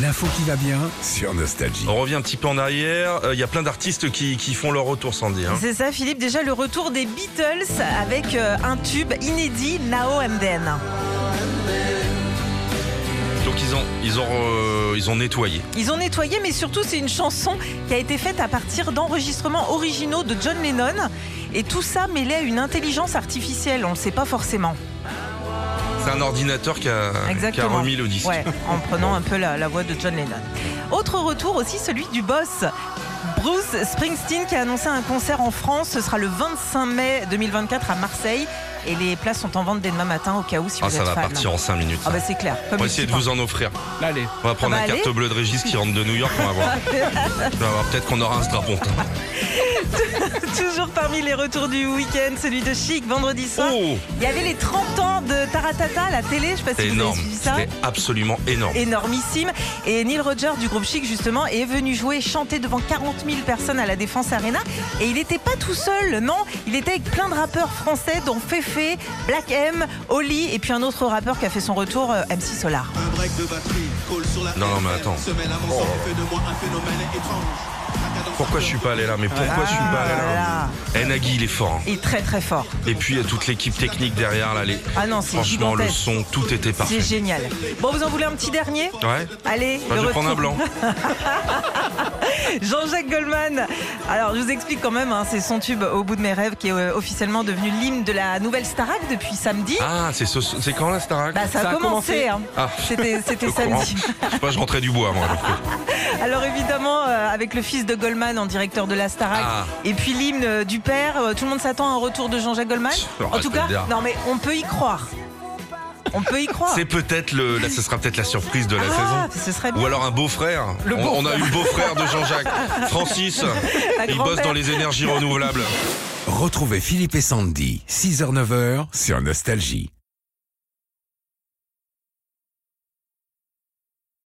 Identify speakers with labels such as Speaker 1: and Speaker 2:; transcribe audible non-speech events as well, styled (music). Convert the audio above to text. Speaker 1: L'info qui va bien sur Nostalgie.
Speaker 2: On revient un petit peu en arrière. Il y a plein d'artistes qui, qui font leur retour, Sandy. Hein.
Speaker 3: C'est ça, Philippe. Déjà, le retour des Beatles avec euh, un tube inédit, Now and Then.
Speaker 2: Donc ils ont, ils ont, euh, ils ont nettoyé.
Speaker 3: Ils ont nettoyé, mais surtout, c'est une chanson qui a été faite à partir d'enregistrements originaux de John Lennon. Et tout ça mêlé à une intelligence artificielle, on ne le sait pas forcément.
Speaker 2: C'est un ordinateur qui a, qui a
Speaker 3: Exactement.
Speaker 2: remis le disque.
Speaker 3: Ouais, en prenant un peu la, la voix de John Lennon. Autre retour aussi, celui du boss. Bruce Springsteen qui a annoncé un concert en France. Ce sera le 25 mai 2024 à Marseille. Et les places sont en vente dès demain matin au cas où si
Speaker 2: Ah,
Speaker 3: vous
Speaker 2: ça
Speaker 3: êtes
Speaker 2: va
Speaker 3: fan.
Speaker 2: partir en 5 minutes.
Speaker 3: Ah bah c'est clair. Comme
Speaker 2: on va
Speaker 3: le
Speaker 2: essayer de
Speaker 3: petit
Speaker 2: vous en offrir.
Speaker 1: Allez.
Speaker 2: On va prendre
Speaker 3: Ah bah,
Speaker 2: la carte
Speaker 3: allez.
Speaker 2: bleue de Régis qui rentre de New York. On va
Speaker 3: (laughs)
Speaker 2: voir. On va voir. Peut-être qu'on aura un strapontin.
Speaker 3: pain. Toujours parmi les retours du week-end, celui de Chic vendredi soir.
Speaker 2: Oh
Speaker 3: Il y avait les 30 ans de Taratata à la télé. Je sais pas si
Speaker 2: C'était
Speaker 3: vous
Speaker 2: énorme.
Speaker 3: avez suivi ça.
Speaker 2: C'était absolument énorme.
Speaker 3: énormissime. Et Neil Rogers du groupe Chic, justement, est venu jouer et chanter devant 40 000 personnes à la Défense Arena. Et il n'était pas tout seul, non. Il était avec plein de rappeurs français, dont Fefe, Black M, Oli, et puis un autre rappeur qui a fait son retour, euh, MC Solar.
Speaker 4: Un break de batterie, colle sur la
Speaker 2: Non, non, mais
Speaker 4: FM,
Speaker 2: attends.
Speaker 4: Semelle avant
Speaker 2: Oh.
Speaker 4: fait de moi un phénomène étrange.
Speaker 2: Pourquoi je suis pas allé là Mais pourquoi je suis pas allé là
Speaker 3: Ah,
Speaker 2: Eh Nagui, il est fort. hein.
Speaker 3: Et très, très fort.
Speaker 2: Et puis il y a toute l'équipe technique derrière là. les-
Speaker 3: Ah non, c'est
Speaker 2: Franchement, le
Speaker 3: gigantesque.
Speaker 2: son, tout était
Speaker 3: C'est
Speaker 2: parfait.
Speaker 3: génial. Bon, vous en voulez un petit dernier
Speaker 2: Ouais.
Speaker 3: Allez,
Speaker 2: Bah,
Speaker 3: le
Speaker 2: je vais prendre un
Speaker 3: retour.
Speaker 2: blanc.
Speaker 3: Jean-Jacques Goldman. Alors, je vous explique quand même, hein, c'est son tube Au bout de mes rêves qui est euh, officiellement devenu l'hymne de la nouvelle Starac depuis samedi.
Speaker 2: Ah, c'est ce- c'est quand la Starac
Speaker 3: Bah, ça, a, commencé. hein.
Speaker 2: Ah. (laughs)
Speaker 3: C'était, c'était
Speaker 2: Le courant.
Speaker 3: samedi. Ah.
Speaker 2: Je sais pas, je rentrais du bois moi.
Speaker 3: Alors évidemment, euh, avec le fils de Goldman en directeur de la Starac,
Speaker 2: Ah.
Speaker 3: et puis l'hymne euh, du père, euh, tout le monde s'attend à un retour de Jean-Jacques Goldman.
Speaker 2: Oh,
Speaker 3: en tout cas,
Speaker 2: c'est-à-dire.
Speaker 3: non mais on peut y croire. On peut y croire.
Speaker 2: C'est peut-être le, là, ce sera peut-être la surprise de la
Speaker 3: ah,
Speaker 2: saison.
Speaker 3: ce serait bien.
Speaker 2: Ou alors un beau-frère. on, on a eu le beau-frère de Jean-Jacques, Francis.
Speaker 3: (laughs) La
Speaker 2: Il bosse
Speaker 3: grand-mère.
Speaker 2: dans les énergies renouvelables.
Speaker 1: Retrouvez Philippe et Sandy, 6h-9h sur Nostalgie.